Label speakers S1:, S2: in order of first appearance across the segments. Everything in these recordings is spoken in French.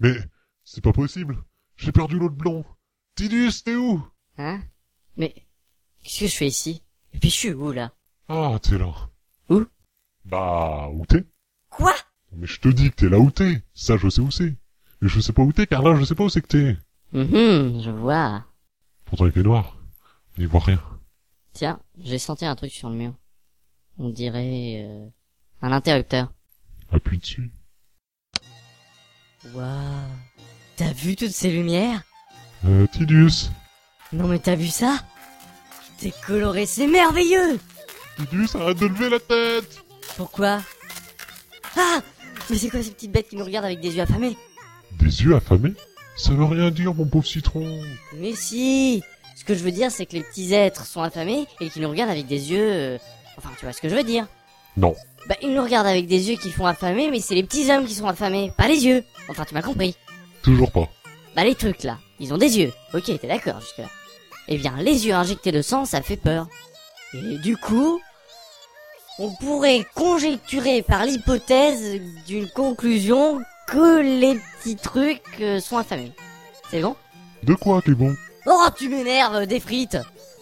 S1: Mais c'est pas possible. J'ai perdu l'autre blond. Tidus, t'es où
S2: Hein Mais qu'est-ce que je fais ici Et puis je suis où là
S1: Ah, t'es là.
S2: Où
S1: Bah, où t'es
S2: Quoi
S1: Mais je te dis que t'es là où t'es. Ça, je sais où c'est. Mais je sais pas où t'es, car là, je sais pas où c'est que t'es.
S2: Hum, je vois.
S1: Pourtant, il fait noir. On n'y voit rien.
S2: Tiens, j'ai senti un truc sur le mur. On dirait euh, un interrupteur.
S1: Appuie dessus.
S2: Waouh T'as vu toutes ces lumières
S1: Euh, Tidus
S2: Non mais t'as vu ça T'es coloré, c'est merveilleux
S1: Tidus, arrête de lever la tête
S2: Pourquoi Ah Mais c'est quoi ces petites bêtes qui nous regardent avec des yeux affamés
S1: Des yeux affamés Ça veut rien dire, mon pauvre citron.
S2: Mais si Ce que je veux dire, c'est que les petits êtres sont affamés et qu'ils nous regardent avec des yeux... euh, Enfin, tu vois ce que je veux dire.
S1: Non.
S2: Bah, ils nous regardent avec des yeux qui font affamer, mais c'est les petits hommes qui sont affamés, pas les yeux. Enfin, tu m'as compris.
S1: Toujours pas.
S2: Bah, les trucs, là, ils ont des yeux. Ok, t'es d'accord jusque-là. Eh bien, les yeux injectés de sang, ça fait peur. Et du coup, on pourrait conjecturer par l'hypothèse d'une conclusion que les petits trucs euh, sont affamés. C'est bon
S1: De quoi t'es bon
S2: Oh, tu m'énerves, des frites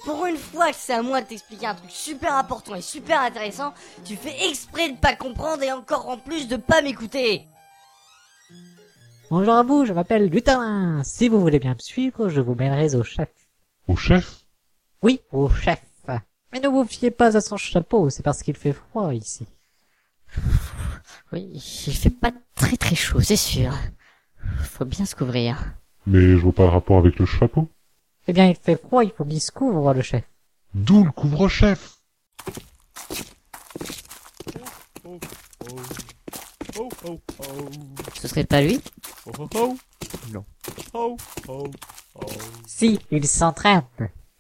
S2: Pour une fois que c'est à moi de t'expliquer un truc super important et super intéressant, tu fais exprès de pas comprendre et encore en plus de pas m'écouter
S3: Bonjour à vous, je m'appelle Lutin. Si vous voulez bien me suivre, je vous mènerai au chef.
S1: Au chef
S3: Oui, au chef. Mais ne vous fiez pas à son chapeau, c'est parce qu'il fait froid ici.
S2: Oui, il fait pas très très chaud, c'est sûr. Faut bien se couvrir.
S1: Mais je vois pas le rapport avec le chapeau.
S3: Eh bien, il fait froid, il faut qu'il se couvre, le chef.
S1: D'où le couvre-chef
S4: Oh oh oh
S2: Ce serait pas lui
S4: oh oh oh
S5: Non.
S4: oh oh oh
S3: Si, il s'entraîne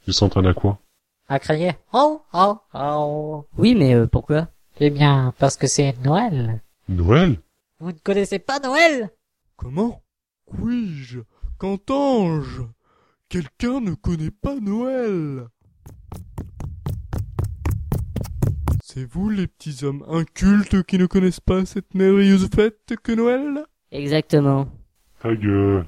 S1: Il s'entraîne à quoi
S3: à crier Oh, oh, oh.
S2: Oui, mais euh, pourquoi
S3: Eh bien, parce que c'est Noël.
S1: Noël
S3: Vous ne connaissez pas Noël
S4: Comment Puis-je Qu'entends-je Quelqu'un ne connaît pas Noël C'est vous les petits hommes incultes qui ne connaissent pas cette merveilleuse fête que Noël
S2: Exactement.
S1: Ta gueule.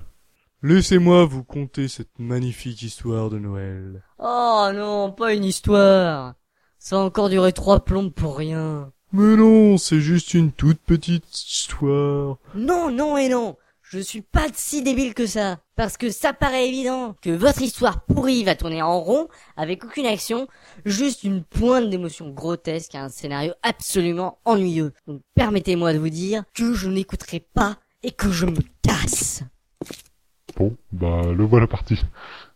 S4: Laissez-moi vous conter cette magnifique histoire de Noël.
S2: Oh non, pas une histoire Ça a encore duré trois plombes pour rien.
S4: Mais non, c'est juste une toute petite histoire.
S2: Non, non et non Je suis pas si débile que ça Parce que ça paraît évident que votre histoire pourrie va tourner en rond, avec aucune action, juste une pointe d'émotion grotesque à un scénario absolument ennuyeux. Donc permettez-moi de vous dire que je n'écouterai pas et que je me casse
S1: Bon, bah le voilà parti.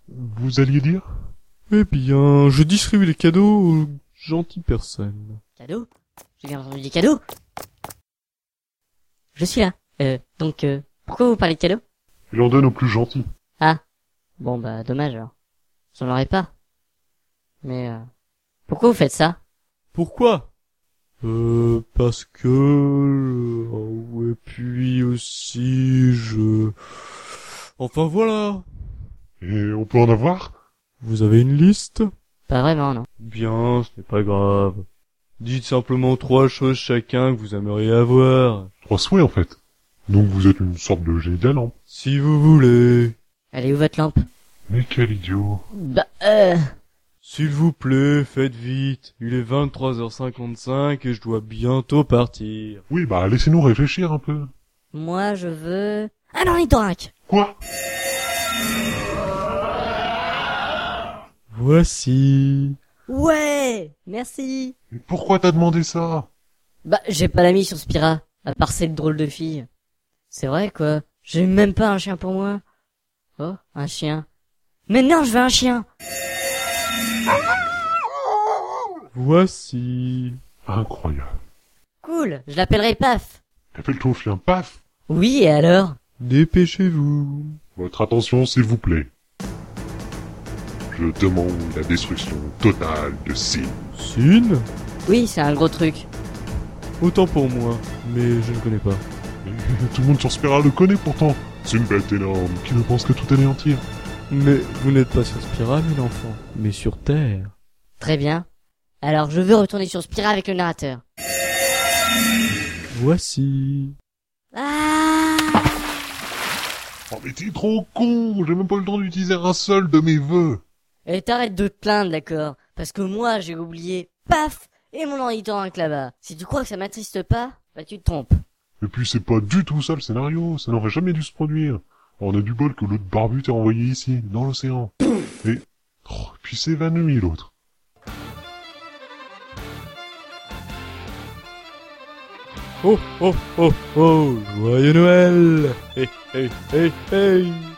S1: Vous alliez dire
S4: Eh bien, je distribue les cadeaux aux gentilles personnes.
S2: Cadeau J'ai bien entendu des cadeaux Je suis là. Euh, donc, euh, pourquoi vous parlez de cadeaux
S1: Il en donne aux plus gentils.
S2: Bon bah, dommage alors. J'en aurais pas. Mais, euh, pourquoi vous faites ça
S4: Pourquoi Euh, parce que... euh, Et puis aussi, je... Enfin voilà
S1: Et on peut en avoir
S4: Vous avez une liste
S2: Pas vraiment, non.
S4: Bien, ce n'est pas grave. Dites simplement trois choses chacun que vous aimeriez avoir.
S1: Trois souhaits en fait. Donc vous êtes une sorte de génie de la lampe.
S4: Si vous voulez.
S2: Elle est où votre lampe
S1: Mais quel idiot.
S2: Bah, euh...
S4: S'il vous plaît, faites vite. Il est 23h55 et je dois bientôt partir.
S1: Oui, bah laissez-nous réfléchir un peu.
S2: Moi, je veux... Ah non, les drinks
S1: Quoi
S4: Voici.
S2: Ouais Merci
S1: Mais pourquoi t'as demandé ça
S2: Bah, j'ai pas d'amis sur Spira, à part cette drôle de fille. C'est vrai, quoi. J'ai même pas un chien pour moi. Oh, un chien. Mais non, je veux un chien
S4: Voici.
S1: Incroyable.
S2: Cool, je l'appellerai Paf.
S1: T'as fait le trou chien, paf
S2: Oui, et alors
S4: Dépêchez-vous.
S1: Votre attention, s'il vous plaît. Je demande la destruction totale de Sin.
S4: Sune
S2: Oui, c'est un gros truc.
S4: Autant pour moi, mais je ne connais pas.
S1: Tout le monde sur Spira le connaît pourtant. C'est une bête énorme qui ne pense que tout anéantir.
S4: Mais vous n'êtes pas sur Spira, mes enfants, mais sur Terre.
S2: Très bien. Alors, je veux retourner sur Spira avec le narrateur.
S4: Voici.
S2: Ah
S1: Oh mais t'es trop con J'ai même pas eu le temps d'utiliser un seul de mes vœux
S2: Et t'arrêtes de te plaindre, d'accord Parce que moi, j'ai oublié, paf, et mon ornithorynque là-bas. Si tu crois que ça m'attriste pas, bah tu te trompes.
S1: Et puis c'est pas du tout ça le scénario, ça n'aurait jamais dû se produire. On a du bol que l'autre barbu t'a envoyé ici, dans l'océan. Et... Oh, puis c'est évanoui l'autre.
S4: Oh, oh, oh, oh, joyeux Noël Hey, hey, hey, hey